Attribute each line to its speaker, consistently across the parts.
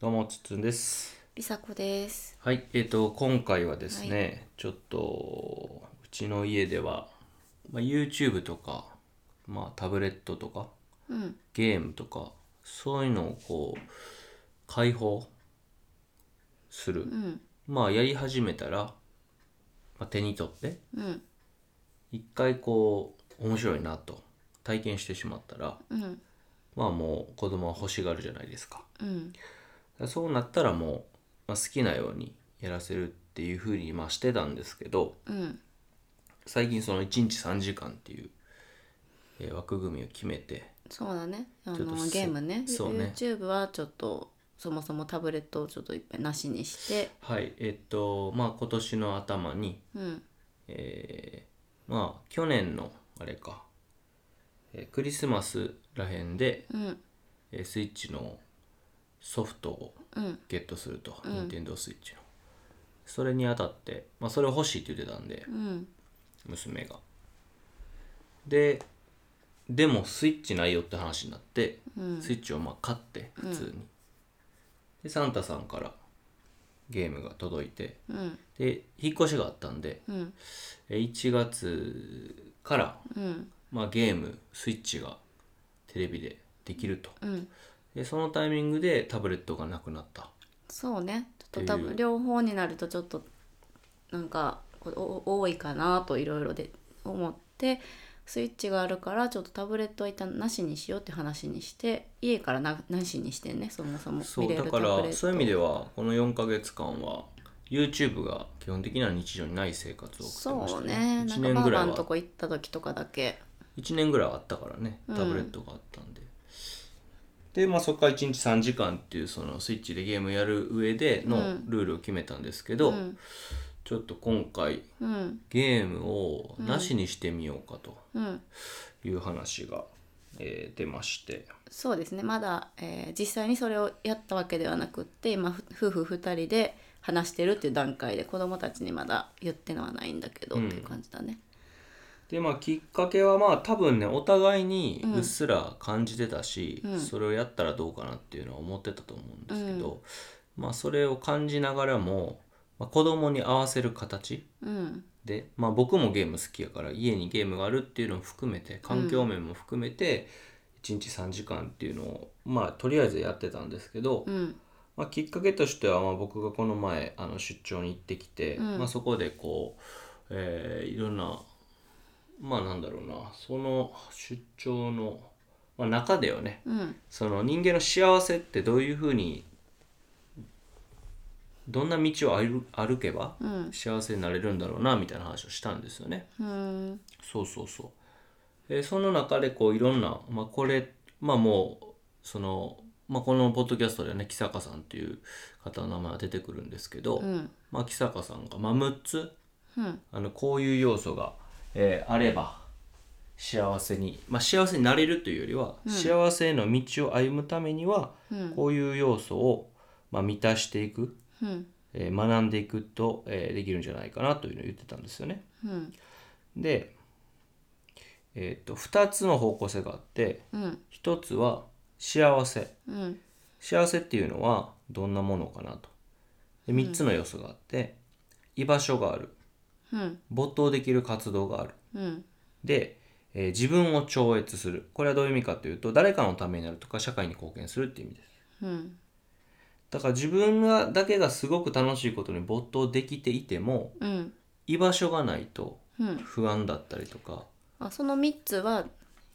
Speaker 1: どうもつっつんです
Speaker 2: りさこです。
Speaker 1: はいえー、と今回はですね、ちょっとうちの家では、まあ、YouTube とか、まあ、タブレットとか
Speaker 2: うん。
Speaker 1: ゲームとかそういうのをこう解放する、
Speaker 2: うん。
Speaker 1: まあやり始めたら、まあ、手に取って
Speaker 2: うん。
Speaker 1: 一回こう面白いなと体験してしまったら
Speaker 2: うん。
Speaker 1: まあもう子供は欲しがるじゃないですか。
Speaker 2: うん。
Speaker 1: そうなったらもう、まあ、好きなようにやらせるっていうふうにまあしてたんですけど
Speaker 2: うん。
Speaker 1: 最近その1日3時間っていう、えー枠組みを決めて
Speaker 2: そうだね。あの
Speaker 1: ちょっとす
Speaker 2: ゲームね
Speaker 1: そうね
Speaker 2: YouTube はちょっとそもそもタブレットをちょっといっぱいなしにして、
Speaker 1: はいえっとまあ今年の頭に、
Speaker 2: うん。
Speaker 1: えーまあ去年のあれか、えークリスマスらへんで、
Speaker 2: うん。
Speaker 1: えースイッチのソフトを
Speaker 2: うん。
Speaker 1: ゲットすると、
Speaker 2: ん
Speaker 1: NintendoSwitch のそれにあたって、まあ、それを欲しいって言ってたんで、
Speaker 2: うん。
Speaker 1: 娘がででもスイッチないよって話になって、
Speaker 2: うん。
Speaker 1: スイッチをまあ買って普通に、でサンタさんからゲームが届いて
Speaker 2: うん。
Speaker 1: で引っ越しがあったんで
Speaker 2: うん。
Speaker 1: え1月から、
Speaker 2: うん。
Speaker 1: まあ、ゲームスイッチがテレビでできると
Speaker 2: うん。
Speaker 1: でそのタイミングでタブレットがなくなった
Speaker 2: そうね。ちょっと
Speaker 1: っ
Speaker 2: 多
Speaker 1: ていう
Speaker 2: 分両方になるとちょっとなんかこうお多いかなといろいろで思って。スイッチがあるからちょっとタブレットは一旦なしにしようって話にして家からななしにしてねそもそも
Speaker 1: そ
Speaker 2: 見
Speaker 1: う
Speaker 2: れ
Speaker 1: だ
Speaker 2: るタ
Speaker 1: か
Speaker 2: ブレット
Speaker 1: らそういう意味ではこの4ヶ月間は YouTube が基本的な日常にない生活を送ってまし
Speaker 2: そ
Speaker 1: た
Speaker 2: う
Speaker 1: 1
Speaker 2: ねなんか
Speaker 1: 年
Speaker 2: バ
Speaker 1: ぐ
Speaker 2: ー
Speaker 1: ら
Speaker 2: バ
Speaker 1: い
Speaker 2: ン
Speaker 1: は
Speaker 2: とこ行った時とかだけ
Speaker 1: 1年ぐらいはあったからね
Speaker 2: うん
Speaker 1: タブレットがあったんで、でまあそこから1日3時間っていうそのスイッチでゲームやる上での
Speaker 2: うん
Speaker 1: ルールを決めたんですけど、
Speaker 2: うん
Speaker 1: ちょっと今回
Speaker 2: うん
Speaker 1: ゲームをなしにしてみようかと
Speaker 2: うん
Speaker 1: いう話が、えー出まして
Speaker 2: そうですねまだ、えー実際にそれをやったわけではなくって今ふ夫婦2人で話してるっていう段階で子供たちにまだ言ってのはないんだけど、
Speaker 1: うん
Speaker 2: っていう感じだね
Speaker 1: でまあきっかけはまあ多分ねお互いにうっすら感じてたし、
Speaker 2: うん
Speaker 1: それをやったらどうかなっていうのは思ってたと思うんですけど、まあそれを感じながらも、まあ、子供に合わせる形
Speaker 2: うん
Speaker 1: で、まあ、僕もゲーム好きやから家にゲームがあるっていうのも含めて環境面も含めて1日3時間っていうのをまあとりあえずやってたんですけど、
Speaker 2: うん
Speaker 1: まあ、きっかけとしてはまあ僕がこの前あの出張に行ってきて、
Speaker 2: うん
Speaker 1: まあ、そこでこう、えーいろんなまあなんだろうなその出張の、まあ、中でよね
Speaker 2: うん
Speaker 1: その人間の幸せってどういうふうにどんな道を歩歩けば
Speaker 2: うん
Speaker 1: 幸せになれるんだろうなみたいな話をしたんですよね。
Speaker 2: うん
Speaker 1: そうそうそう。えーその中でこういろんな、まあ、これまあもうその、まあ、このポッドキャストではね木坂さんっていう方の名前が出てくるんですけど、
Speaker 2: うん
Speaker 1: まあ、木坂さんが、まあ、6つ
Speaker 2: うん
Speaker 1: あのこういう要素が、えーあれば幸せに、まあ、幸せになれるというよりは、幸せへの道を歩むためには
Speaker 2: うん
Speaker 1: こういう要素を、まあ、満たしていく、
Speaker 2: うん
Speaker 1: えー学んでいくと、えーできるんじゃないかなというのを言ってたんですよね。
Speaker 2: うん
Speaker 1: で、えー、と2つの方向性があって
Speaker 2: うん
Speaker 1: 1つは幸せ
Speaker 2: うん
Speaker 1: 幸せっていうのはどんなものかなとで3つの要素があって、居場所がある
Speaker 2: うん
Speaker 1: 没頭できる活動がある
Speaker 2: うん
Speaker 1: で、えー自分を超越するこれはどういう意味かというと誰かのためになるとか社会に貢献するっていう意味です
Speaker 2: うん
Speaker 1: だから自分がだけがすごく楽しいことに没頭できていても
Speaker 2: うん
Speaker 1: 居場所がないと
Speaker 2: うん
Speaker 1: 不安だったりとか、
Speaker 2: あその3つは、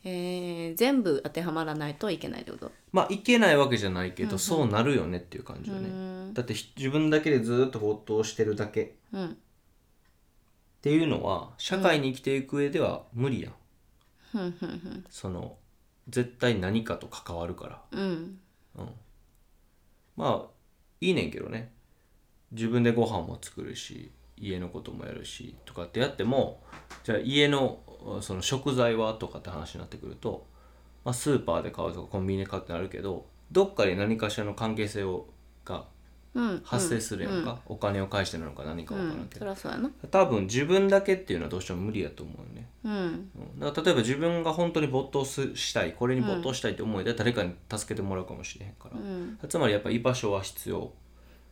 Speaker 2: えー全部当てはまらないといけないってこと
Speaker 1: まあいけないわけじゃないけど、そうなるよねっていう感じよ
Speaker 2: う
Speaker 1: ね、
Speaker 2: ん
Speaker 1: だってひ自分だけでずーっと没頭してるだけっ
Speaker 2: うん
Speaker 1: ていうのは社会に生きていく上では無理やん、
Speaker 2: ふんふんふん
Speaker 1: その絶対何かと関わるから
Speaker 2: うん
Speaker 1: まあいいねんけどね自分でご飯も作るし家のこともやるしとかってやってもじゃあ家のうんその食材はとかって話になってくると、まあ、スーパーで買うとかコンビニで買うってなるけどどっかで何かしらの関係性をが
Speaker 2: うん
Speaker 1: 発生するやんか、お金を返してなのか何か
Speaker 2: うん、う
Speaker 1: 分からん
Speaker 2: ん、
Speaker 1: け
Speaker 2: そ
Speaker 1: ど、
Speaker 2: りゃそうやな
Speaker 1: 多分自分だけっていうのはどうしても無理やと思うよね、
Speaker 2: うん
Speaker 1: うん、だから例えば自分が本当に没頭すしたいこれに没頭したいって思いで誰かに助けてもらうかもしれへんから、
Speaker 2: うん
Speaker 1: つまりやっぱ居場所は必要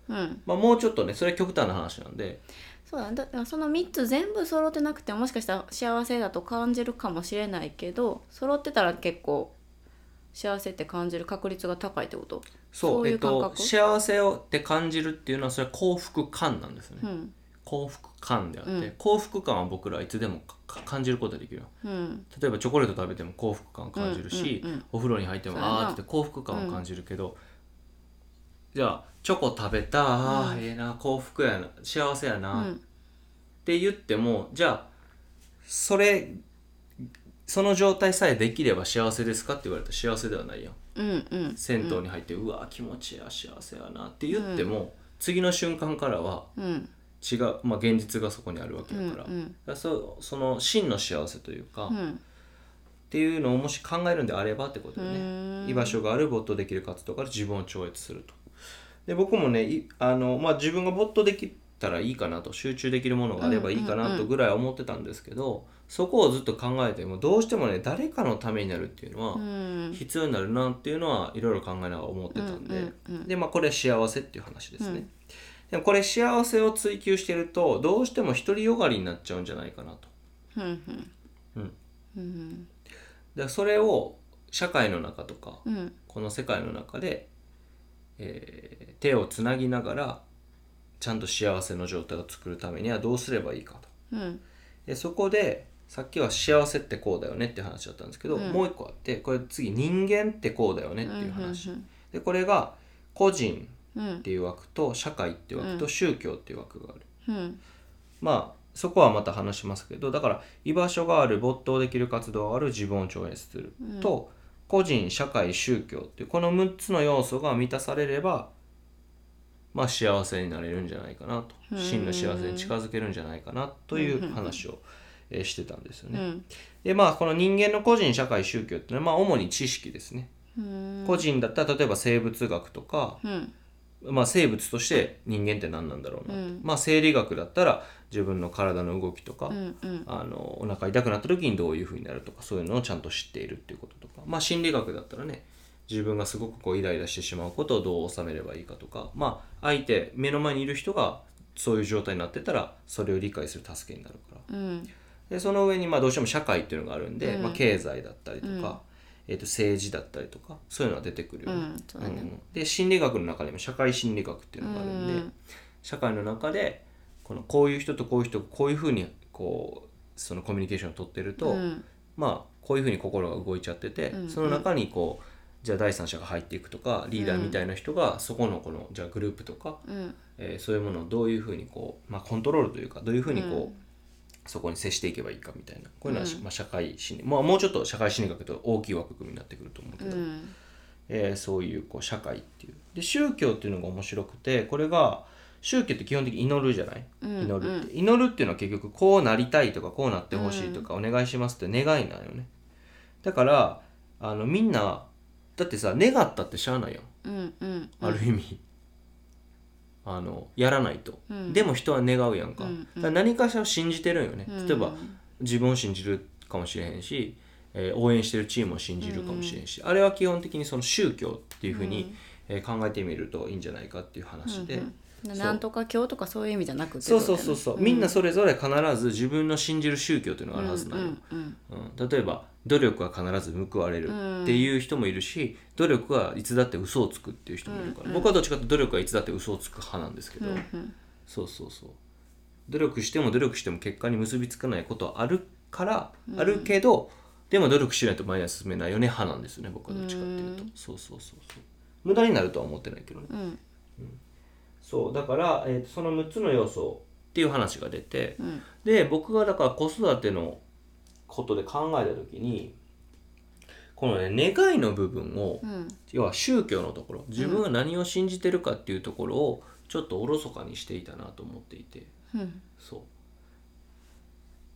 Speaker 2: うん
Speaker 1: まあもうちょっとねそれは極端な話なんで
Speaker 2: そうだねだだからその3つ全部揃ってなくてももしかしたら幸せだと感じるかもしれないけど揃ってたら結構幸せって感じる確率が高いってこと
Speaker 1: そう
Speaker 2: そういう感
Speaker 1: えっ
Speaker 2: 覚
Speaker 1: と、幸せをって感じるっていうのはそれは幸福感なんですね、
Speaker 2: うん
Speaker 1: 幸福感であって、
Speaker 2: うん
Speaker 1: 幸福感は僕らいつでもかか感じることができるよ
Speaker 2: うん
Speaker 1: 例えばチョコレート食べても幸福感を感じるし、
Speaker 2: うんうんうん
Speaker 1: お風呂に入っても
Speaker 2: そうやな
Speaker 1: ああって幸福感を感じるけど、じゃあチョコ食べたああ、ええな幸福やな幸せや
Speaker 2: う
Speaker 1: な、っ
Speaker 2: ん
Speaker 1: て言ってもじゃあそれその状態さえできれば幸せですかって言われたら幸せではないやん
Speaker 2: うんうん
Speaker 1: 銭湯に入って、うわ気持ちいいや幸せやなって言っても、次の瞬間からは
Speaker 2: うん
Speaker 1: 違う、まあ、現実がそこにあるわけ
Speaker 2: う
Speaker 1: だ
Speaker 2: ん
Speaker 1: から,、
Speaker 2: うん
Speaker 1: そその真の幸せというか、
Speaker 2: う
Speaker 1: っ
Speaker 2: ん
Speaker 1: ていうのをもし考えるんであればってことよ
Speaker 2: う
Speaker 1: ね
Speaker 2: ーん
Speaker 1: 居場所がある没頭できる活動から自分を超越するとで僕もねいあの、まあ、自分が没頭できたらいいかなと集中できるものがあればいいか
Speaker 2: うんう
Speaker 1: なん
Speaker 2: う
Speaker 1: と
Speaker 2: ん
Speaker 1: ぐらい思ってたんですけど、そこをずっと考えてもどうしてもね誰かのためになるっていうのは、
Speaker 2: うん
Speaker 1: 必要になるなっていうのはいろいろ考えながら思ってたんで、
Speaker 2: うんうんうん
Speaker 1: でまあこれは幸せっていう話ですね、
Speaker 2: うん
Speaker 1: でもこれ幸せを追求してるとどうしても独りよがりになっちゃうんじゃないかなと
Speaker 2: うん
Speaker 1: うん
Speaker 2: うん
Speaker 1: でそれを社会の中とか
Speaker 2: うん
Speaker 1: この世界の中で、えー手をつなぎながらちゃんと幸せの状態を作るためにはどうすればいいかと
Speaker 2: うん
Speaker 1: でそこでさっきは幸せってこうだよねって話だったんですけど、
Speaker 2: うん
Speaker 1: もう一個あってこれ次人間ってこうだよねっていう話、
Speaker 2: うん
Speaker 1: でこれが個人
Speaker 2: うん
Speaker 1: っていう枠と社会っていう枠
Speaker 2: う
Speaker 1: と宗教っていう枠がある、
Speaker 2: うん
Speaker 1: まあそこはまた話しますけどだから居場所がある没頭できる活動がある自分を超越する、と個人社会宗教っていうこの6つの要素が満たされればまあ幸せになれるんじゃないかなと
Speaker 2: うん
Speaker 1: 真の幸せに近づけるんじゃないかなという話をえーしてたんですよ
Speaker 2: う
Speaker 1: ね。
Speaker 2: ん
Speaker 1: でまあこの人間の個人社会宗教っていうのはまあ主に知識ですね。
Speaker 2: うん
Speaker 1: 個人だったら例えば生物学とか、
Speaker 2: うん
Speaker 1: まあ、生物として人間って何なんだろうな、
Speaker 2: うん
Speaker 1: まあ、生理学だったら自分の体の動きとか、
Speaker 2: うんうん
Speaker 1: あのお腹痛くなった時にどういうふうになるとかそういうのをちゃんと知っているっていうこととか、まあ、心理学だったらね自分がすごくこうイライラしてしまうことをどう収めればいいかとか、まあ、相手目の前にいる人がそういう状態になってたらそれを理解する助けになるから
Speaker 2: うん
Speaker 1: でその上にまあどうしても社会っていうのがあるんで、
Speaker 2: うん
Speaker 1: まあ、経済だったりとか、
Speaker 2: うん
Speaker 1: えー、と政治だったりとかそういうのは出てくるよね。
Speaker 2: うんそうだね
Speaker 1: んで心理学の中でも社会心理学っていうのがあるんで、
Speaker 2: うん
Speaker 1: 社会の中でこのこういう人とこういう人こういうふうにこうそのコミュニケーションを取ってると、
Speaker 2: うん
Speaker 1: まあこういうふうに心が動いちゃってて、
Speaker 2: うん
Speaker 1: その中にこうじゃあ第三者が入っていくとかリーダーみたいな人がそこのこのじゃあグループとか、
Speaker 2: うん
Speaker 1: えーそういうものをどういうふうにこう、まあ、コントロールというかどういうふうにこう、
Speaker 2: う
Speaker 1: そこに接していけばいいかみたいなこういうのは、
Speaker 2: うん
Speaker 1: まあ、社会心理、まあ、もうちょっと社会心理学と大きい枠組みになってくると思うけ
Speaker 2: う
Speaker 1: ど、
Speaker 2: ん
Speaker 1: えーそういうこう社会っていうで宗教っていうのが面白くてこれが宗教って基本的に祈るじゃない、
Speaker 2: うん
Speaker 1: 祈るって祈るっていうのは結局こうなりたいとかこうなってほしいとかお願いしますって願いなんよねだからあのみんなだってさ願ったってしゃあないやん
Speaker 2: うんうん
Speaker 1: ある意味、あのやらないと、
Speaker 2: うん
Speaker 1: でも人は願うやんか,、
Speaker 2: うん
Speaker 1: 何かしらを信じてるんよね、
Speaker 2: うん
Speaker 1: 例えば自分を信じるかもしれへんし、えー応援してるチームを信じるかもしれんし、あれは基本的にその宗教っていうふうに、えー考えてみるといいんじゃないかっていう話で、
Speaker 2: うんなんとか教とかそういう意味じゃなくて
Speaker 1: そうそうそうそう、みんなそれぞれ必ず自分の信じる宗教というのがあるはずな
Speaker 2: う
Speaker 1: のよ、
Speaker 2: んうん
Speaker 1: うん例えば努力は必ず報われるっていう人もいるし、努力はいつだって嘘をつくっていう人もいるから、僕はどっちかというと努力はいつだって嘘をつく派なんですけど、そうそうそう努力しても努力しても結果に結びつかないことはあるから、あるけどでも努力しないと前には進めないよね派なんですよね僕はどっちかっていうと、そうそうそうそう無駄になるとは思ってないけどね
Speaker 2: うん
Speaker 1: そうだから、えーとその6つの要素っていう話が出て、
Speaker 2: ん
Speaker 1: で僕がだから子育てのことで考えた時にこのね願いの部分を、
Speaker 2: うん
Speaker 1: 要は宗教のところ自分が何を信じてるかっていうところをちょっとおろそかにしていたなと思っていて
Speaker 2: うん
Speaker 1: そう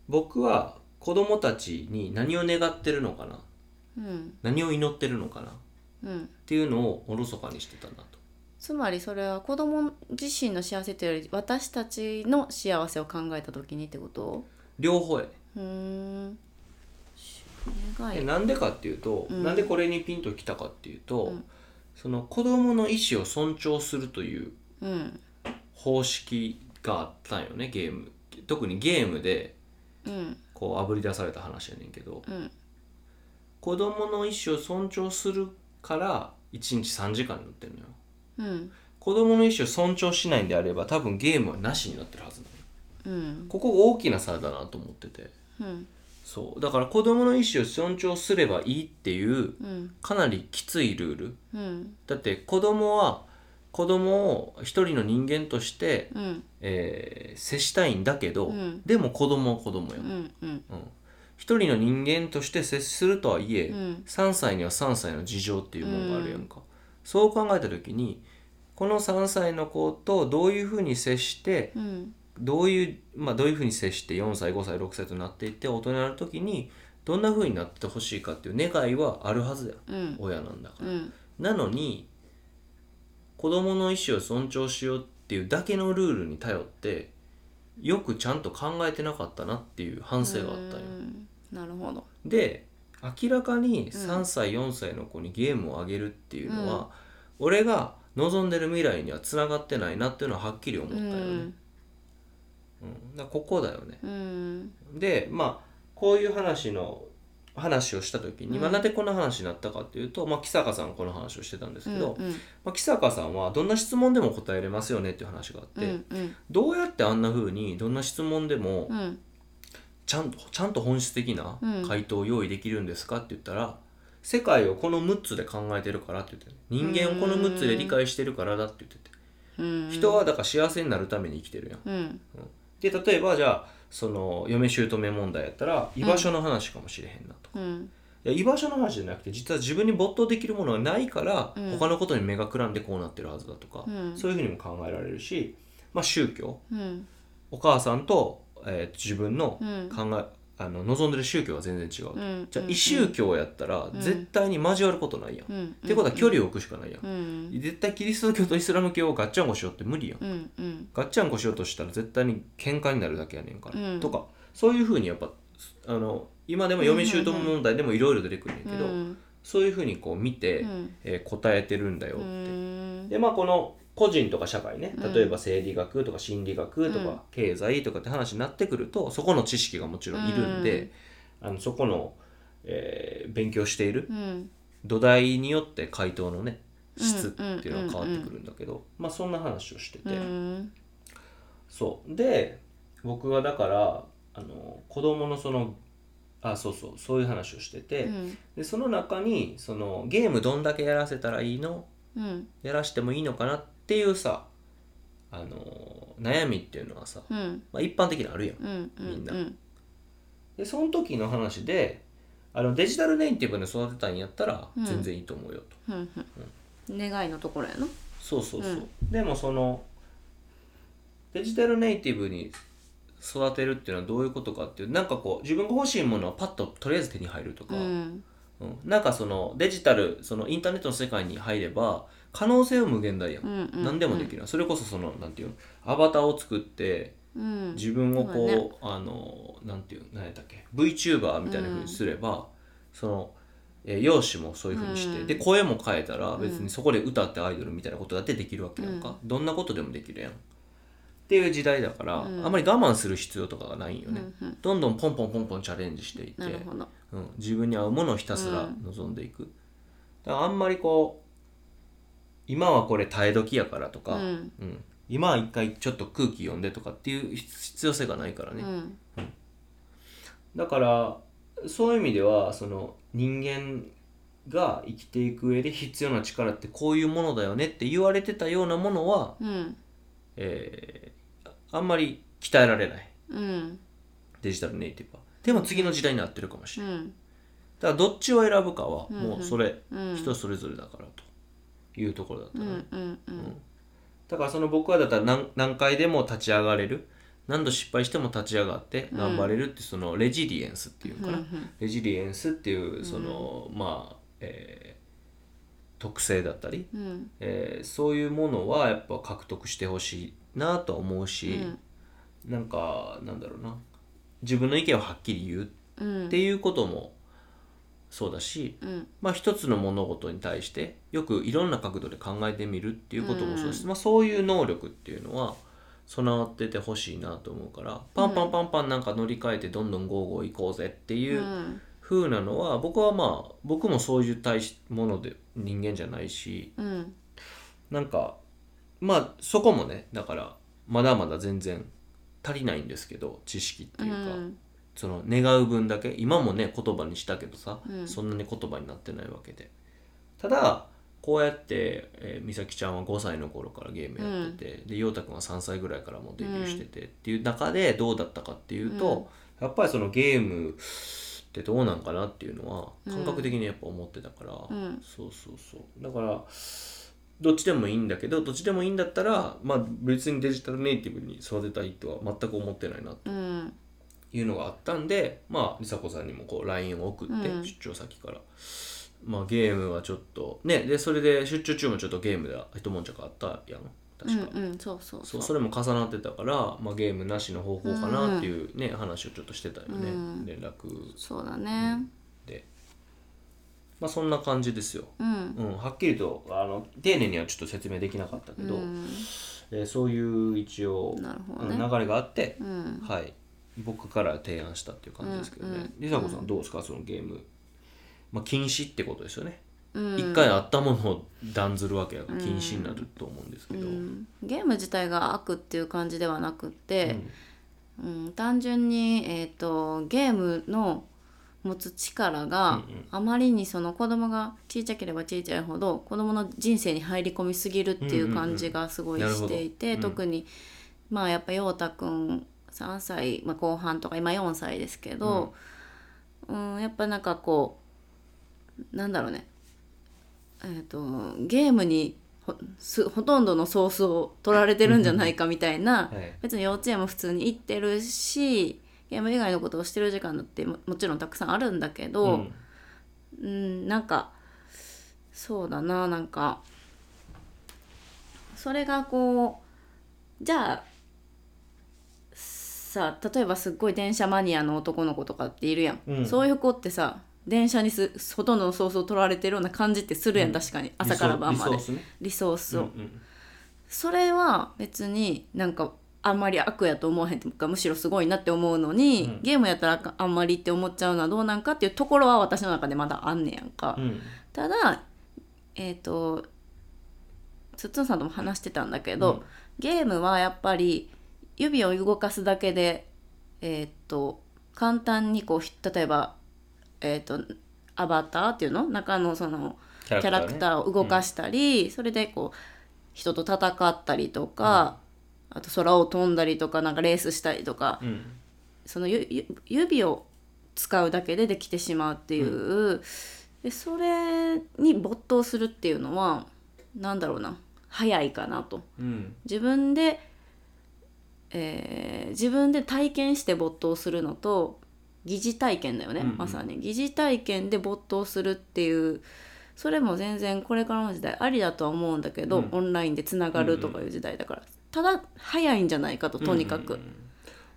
Speaker 1: 僕は子供たちに何を願ってるのかな
Speaker 2: うん
Speaker 1: 何を祈ってるのかなっ
Speaker 2: うん
Speaker 1: ていうのをおろそかにしてたなと
Speaker 2: つまりそれは子供自身の幸せというより私たちの幸せを考えた時にってこと
Speaker 1: 両方やね
Speaker 2: うーん願
Speaker 1: で
Speaker 2: い
Speaker 1: なんでかっていうと、
Speaker 2: うん
Speaker 1: なんでこれにピンときたかっていうと、
Speaker 2: うん
Speaker 1: その子供の意思を尊重するという
Speaker 2: うん
Speaker 1: 方式があったんよねゲーム特にゲームで
Speaker 2: うん
Speaker 1: こうあぶり出された話やねんけど
Speaker 2: うん
Speaker 1: 子供の意思を尊重するから1日3時間になってるのよ
Speaker 2: うん
Speaker 1: 子供の意思を尊重しないんであれば多分ゲームはなしになってるはずなのよ
Speaker 2: うん
Speaker 1: ここが大きな差だなと思ってて
Speaker 2: うん
Speaker 1: そうだから子供の意思を尊重すればいいっていう
Speaker 2: うん
Speaker 1: かなりきついルール
Speaker 2: うん
Speaker 1: だって子供は子供を一人の人間として、
Speaker 2: うん
Speaker 1: えー接したいんだけど、
Speaker 2: うん
Speaker 1: でも子供は子供よ、
Speaker 2: うんうん
Speaker 1: うん一人の人間として接するとはいえ、
Speaker 2: うん
Speaker 1: 3歳には3歳の事情っていうものがあるやんか、そう考えた時にこの3歳の子とどういうふうに接して
Speaker 2: うん
Speaker 1: どういう、まあ、どういうふうに接して4歳5歳6歳となっていって大人になる時にどんなふうになってほしいかっていう願いはあるはずだよ
Speaker 2: うん
Speaker 1: 親なんだから。
Speaker 2: うん
Speaker 1: なのに子供の意思を尊重しようっていうだけのルールに頼ってよくちゃんと考えてなかったなっていう反省があったんよ
Speaker 2: う。んなるほど
Speaker 1: で明らかに
Speaker 2: うん
Speaker 1: 3歳4歳の子にゲームをあげるっていうのは、俺が望んでる未来にはつながってないなっていうのははっきり思ったよね。
Speaker 2: うん
Speaker 1: うんだからここだよね。
Speaker 2: うん
Speaker 1: でまあこういう話の話をした時に、まあ
Speaker 2: うん
Speaker 1: なんでこんな話になったかっていうと、まあ、木坂さんがこの話をしてたんです
Speaker 2: う
Speaker 1: け
Speaker 2: ん
Speaker 1: ど、
Speaker 2: うん
Speaker 1: まあ、木坂さんはどんな質問でも答えれますよねっていう話があって、
Speaker 2: うんうん
Speaker 1: どうやってあんな風にどんな質問でも
Speaker 2: うん
Speaker 1: ちゃんとちゃんと本質的な
Speaker 2: うん
Speaker 1: 回答を用意できるんですかって言ったら、世界をこの6つで考えてるからって言ってね人間をこの6つで理解してるからだって言ってて
Speaker 2: うん
Speaker 1: 人はだから幸せになるために生きてるやん。
Speaker 2: うん
Speaker 1: で例えばじゃあその嫁姑問題やったら居場所の話かもしれへんなとか、
Speaker 2: うん
Speaker 1: いや居場所の話じゃなくて実は自分に没頭できるものがないから、
Speaker 2: うん
Speaker 1: 他のことに目がくらんでこうなってるはずだとか、
Speaker 2: うん
Speaker 1: そういうふうにも考えられるし、まあ、宗教
Speaker 2: うん
Speaker 1: お母さんと、えー自分の考
Speaker 2: うん
Speaker 1: え、あの望んでる宗教は全然違うと、
Speaker 2: うん
Speaker 1: じゃあ異宗教やったら
Speaker 2: ん
Speaker 1: 絶対に交わることないやん、
Speaker 2: う
Speaker 1: っ
Speaker 2: んって
Speaker 1: ことは距離を置くしかないやん、
Speaker 2: うん
Speaker 1: 絶対キリスト教とイスラム教をガッチャンコしようって無理やん、
Speaker 2: うんうん
Speaker 1: ガッチャンコしようとしたら絶対に喧嘩になるだけやねんから、
Speaker 2: うん
Speaker 1: とかそういうふうにやっぱあの今でも嫁姑問題でもいろいろ出てくるんやけど、
Speaker 2: うん
Speaker 1: そういうふうにこう見て、
Speaker 2: うん
Speaker 1: えー答えてるんだよって。
Speaker 2: うん
Speaker 1: でまあこの個人とか社会ね
Speaker 2: うん
Speaker 1: 例えば生理学とか心理学と
Speaker 2: うん
Speaker 1: か経済とかって話になってくるとそこの知識がもちろんいるんで、あのそこの、えー勉強している
Speaker 2: うん
Speaker 1: 土台によって回答のね質っていうのが
Speaker 2: うん
Speaker 1: 変わってくるんだけど、まあそんな話をしてて、
Speaker 2: うん
Speaker 1: そうで僕はだからあの子供のそのあそうそうそういう話をしてて、
Speaker 2: うん
Speaker 1: でその中にそのゲームどんだけやらせたらいいの
Speaker 2: うん
Speaker 1: やらしてもいいのかなっていうさあのー悩みっていうのはさ、
Speaker 2: うん
Speaker 1: まあ、一般的にあるやん
Speaker 2: うんうん
Speaker 1: みんな
Speaker 2: うん
Speaker 1: でその時の話であのデジタルネイティブに育てたんやったら
Speaker 2: うん
Speaker 1: 全然いいと思うよと、
Speaker 2: うんうん願いのところやな
Speaker 1: そうそうそう、でもそのデジタルネイティブに育てるっていうのはどういうことかっていうなんかこう自分が欲しいものはパッととりあえず手に入るとか、
Speaker 2: うん
Speaker 1: うんなんかそのデジタルそのインターネットの世界に入れば可能性は無限大やん、
Speaker 2: うんうん
Speaker 1: 何でもできる、それこそそのなんていうのアバターを作って
Speaker 2: うん
Speaker 1: 自分をこう、
Speaker 2: そうだね
Speaker 1: あのなんていう何やったっけ VTuber みたいな風にすれば、その、えー容姿もそういう風にして、
Speaker 2: うん
Speaker 1: で声も変えたら別にそこで歌ってアイドルみたいなことだってできるわけやんか、どんなことでもできるやんっていう時代だから、
Speaker 2: うん
Speaker 1: あんまり我慢する必要とかがないんよね、
Speaker 2: うんうん
Speaker 1: どんどんポンポンポンポンチャレンジしていって
Speaker 2: なるほど
Speaker 1: うん、自分に合うものをひたすら望んでいく、だからあんまりこう今はこれ耐え時やからとか、
Speaker 2: うん
Speaker 1: うん今は一回ちょっと空気読んでとかっていう必要性がないから
Speaker 2: う
Speaker 1: ね、
Speaker 2: ん
Speaker 1: だからそういう意味ではその人間が生きていく上で必要な力ってこういうものだよねって言われてたようなものは、
Speaker 2: うん
Speaker 1: えーあんまり鍛えられない
Speaker 2: うん
Speaker 1: デジタルネイティブはでも次の時代になってるかもし
Speaker 2: う
Speaker 1: れない、
Speaker 2: ん
Speaker 1: だからどっちを選ぶかは
Speaker 2: うんうん
Speaker 1: もうそれ
Speaker 2: うん
Speaker 1: 人それぞれだからというところだった
Speaker 2: う
Speaker 1: ね、
Speaker 2: んうんうん
Speaker 1: だからその僕はだったら何何回でも立ち上がれる何度失敗しても立ち上がって頑張れるってそのレジリエンスっていうのかな、
Speaker 2: うんうん
Speaker 1: レジリエンスっていうその、まあ、え特性だったり、
Speaker 2: うん
Speaker 1: えーそういうものはやっぱ獲得してほしいなとは思うし、なんかなんだろうな自分の意見をはっきり言う
Speaker 2: うん
Speaker 1: っていうこともそうだし、
Speaker 2: うん
Speaker 1: まあ、一つの物事に対してよくいろんな角度で考えてみるっていうこともそうです、まあ、そういう能力っていうのは備わっててほしいなと思うからパンパンパンパンなんか乗り換えてどんどんゴーゴー行こうぜっていううん風なのは僕はまあ僕もそういう対しもので人間じゃないし
Speaker 2: うん
Speaker 1: なんかまあそこもねだからまだまだ全然足りないんですけど知識っていうか、
Speaker 2: うん
Speaker 1: その願う分だけ今もね言葉にしたけどさ、
Speaker 2: うん
Speaker 1: そんなに言葉になってないわけでただこうやって、えー美咲ちゃんは5歳の頃からゲームやってて、で陽太くんは3歳ぐらいからもうデビューしててっていう中でどうだったかっていうと、やっぱりそのゲームってどうなんかなっていうのは感覚的にやっぱ思ってたから、
Speaker 2: うん
Speaker 1: そうそうそうだからどっちでもいいんだけどどっちでもいいんだったら、まあ、別にデジタルネイティブに育てたいとは全く思ってないな
Speaker 2: うん
Speaker 1: いうのがあったんでまあ梨紗子さんにもこう LINE を送って、
Speaker 2: うん
Speaker 1: 出張先から、まあ、ゲームはちょっとねでそれで出張中もちょっとゲームで一悶着あったやん確か、
Speaker 2: うんうんそうそう
Speaker 1: そ
Speaker 2: そうう
Speaker 1: それも重なってたから、まあ、ゲームなしの方法かなっていうね、話をちょっとしてたよね、
Speaker 2: うん
Speaker 1: 連絡
Speaker 2: そうだね
Speaker 1: でまあそんな感じですよ、
Speaker 2: うん
Speaker 1: うん、はっきりとあの丁寧にはちょっと説明できなかったけど、
Speaker 2: うん
Speaker 1: えーそういう一応、
Speaker 2: なるほど
Speaker 1: うん
Speaker 2: ね
Speaker 1: 流れがあって、
Speaker 2: うん
Speaker 1: はい、僕から提案したっていう感じですけど
Speaker 2: うんう
Speaker 1: ね
Speaker 2: ん。
Speaker 1: りさこさんどうですかそのゲーム、まあ、禁止ってことですよね。
Speaker 2: うん
Speaker 1: 一、回あったものを断ずるわけやから禁止になると思うんですけど。
Speaker 2: う
Speaker 1: うん
Speaker 2: んゲーム自体が悪っていう感じではなくって、うん単純に、えー、とゲームの持つ力
Speaker 1: うんう
Speaker 2: が
Speaker 1: ん
Speaker 2: あまりにその子供が小さければ小さいほど子供の人生に入り込みすぎるってい
Speaker 1: んうんう
Speaker 2: うん感じがすごい
Speaker 1: なるほ
Speaker 2: し
Speaker 1: ど
Speaker 2: ていて、
Speaker 1: うん
Speaker 2: 特にまあやっぱ陽太くん3歳、まあ、後半とか今4歳ですけど、うんやっぱなんかこうなんだろうねえー、とゲームにほすほとんどのソースを取られてるんじゃないかみたいな、
Speaker 1: はい
Speaker 2: 別に幼稚園も普通に行ってるしゲーム以外のことをしてる時間だってももちろんたくさんあるんだけ
Speaker 1: う
Speaker 2: ど
Speaker 1: ん
Speaker 2: うん、なんかそうだななんかそれがこうじゃあさ例えばすっごい電車マニアの男の子とかっているやん、
Speaker 1: うん
Speaker 2: そういう子ってさ電車にすほとんどのソースを取られてるような感じってするやん、
Speaker 1: うん
Speaker 2: 確かに朝から晩まで
Speaker 1: リソースね
Speaker 2: リソースを、
Speaker 1: うんうん
Speaker 2: それは別になんかあんまり悪やと思わへんとかむしろすごいなって思うのに、
Speaker 1: うん
Speaker 2: ゲームやったらあかあんまりって思っちゃうのはどうなんかっていうところは私の中でまだあんねやんか、
Speaker 1: うん
Speaker 2: ただえっ、とつっつんさんとも話してたんだけど、
Speaker 1: うん
Speaker 2: ゲームはやっぱり指を動かすだけでえっ、と簡単にこうひ例えばえっ、とアバターっていうの中のその
Speaker 1: キャ
Speaker 2: キャラクターを動か
Speaker 1: し
Speaker 2: したり、それでこう人と戦ったりとか、あと空を飛んだりとかなんかレースしたりとか、
Speaker 1: て、うん
Speaker 2: そのゆゆ指を使うだけでできてしまうっていう、でそれに没頭するっていうのはなんだろうな早いかなと。
Speaker 1: うん
Speaker 2: 自分で、えー自分で体験して没頭するのと疑似体験だよね、
Speaker 1: うんうん
Speaker 2: まさに疑似体験で没頭するっていうそれも全然これからの時代ありだとは思うんだけど、
Speaker 1: うん
Speaker 2: オンラインでつながるとかいう時代だから、ただ早いんじゃないかととにかく、
Speaker 1: うんうん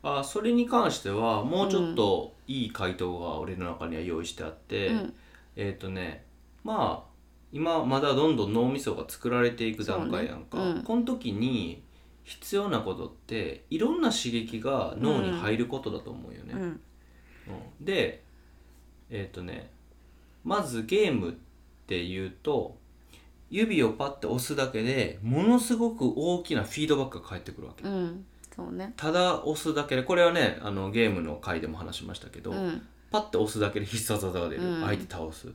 Speaker 1: うんあそれに関してはもうちょっといい回答が俺の中には用意してあって、
Speaker 2: うん
Speaker 1: えっ、とねまあ今まだどんどん脳みそが作られていく段階やんか、
Speaker 2: そうねうん
Speaker 1: この時に必要なことっていろんな刺激が脳に入ることだと思うよね、
Speaker 2: うん
Speaker 1: うんでえっ、とねまずゲームっていうと指をパッて押すだけでものすごく大きなフィードバックが返ってくるわけ
Speaker 2: うんそうね
Speaker 1: ただ押すだけでこれはねあのゲームの回でも話しましたけど、
Speaker 2: うん
Speaker 1: パッて押すだけで必殺技が出る、
Speaker 2: うん
Speaker 1: 相手倒す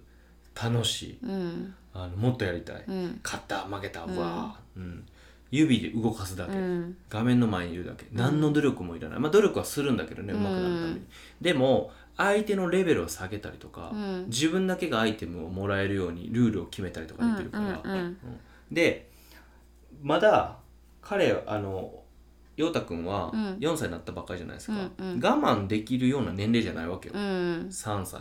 Speaker 1: 楽しい
Speaker 2: うん
Speaker 1: あのもっとやりたい、
Speaker 2: うん
Speaker 1: 勝った負けた
Speaker 2: うん
Speaker 1: うわー、うん、指で動かすだ
Speaker 2: う
Speaker 1: け、
Speaker 2: ん
Speaker 1: 画面の前にいるだけ何の努力もいらない、まあ努力はするんだけどねうまくなるために、
Speaker 2: うん
Speaker 1: でも相手のレベルを下げたりとか、
Speaker 2: うん
Speaker 1: 自分だけがアイテムをもらえるようにルールを決めたりとかできるから、
Speaker 2: うんうんうん
Speaker 1: でまだ彼あの陽太くんは
Speaker 2: うん
Speaker 1: 4歳になったばっかりじゃないですか、
Speaker 2: うんうん
Speaker 1: 我慢できるような年齢じゃないわけよ、
Speaker 2: うん
Speaker 1: 3歳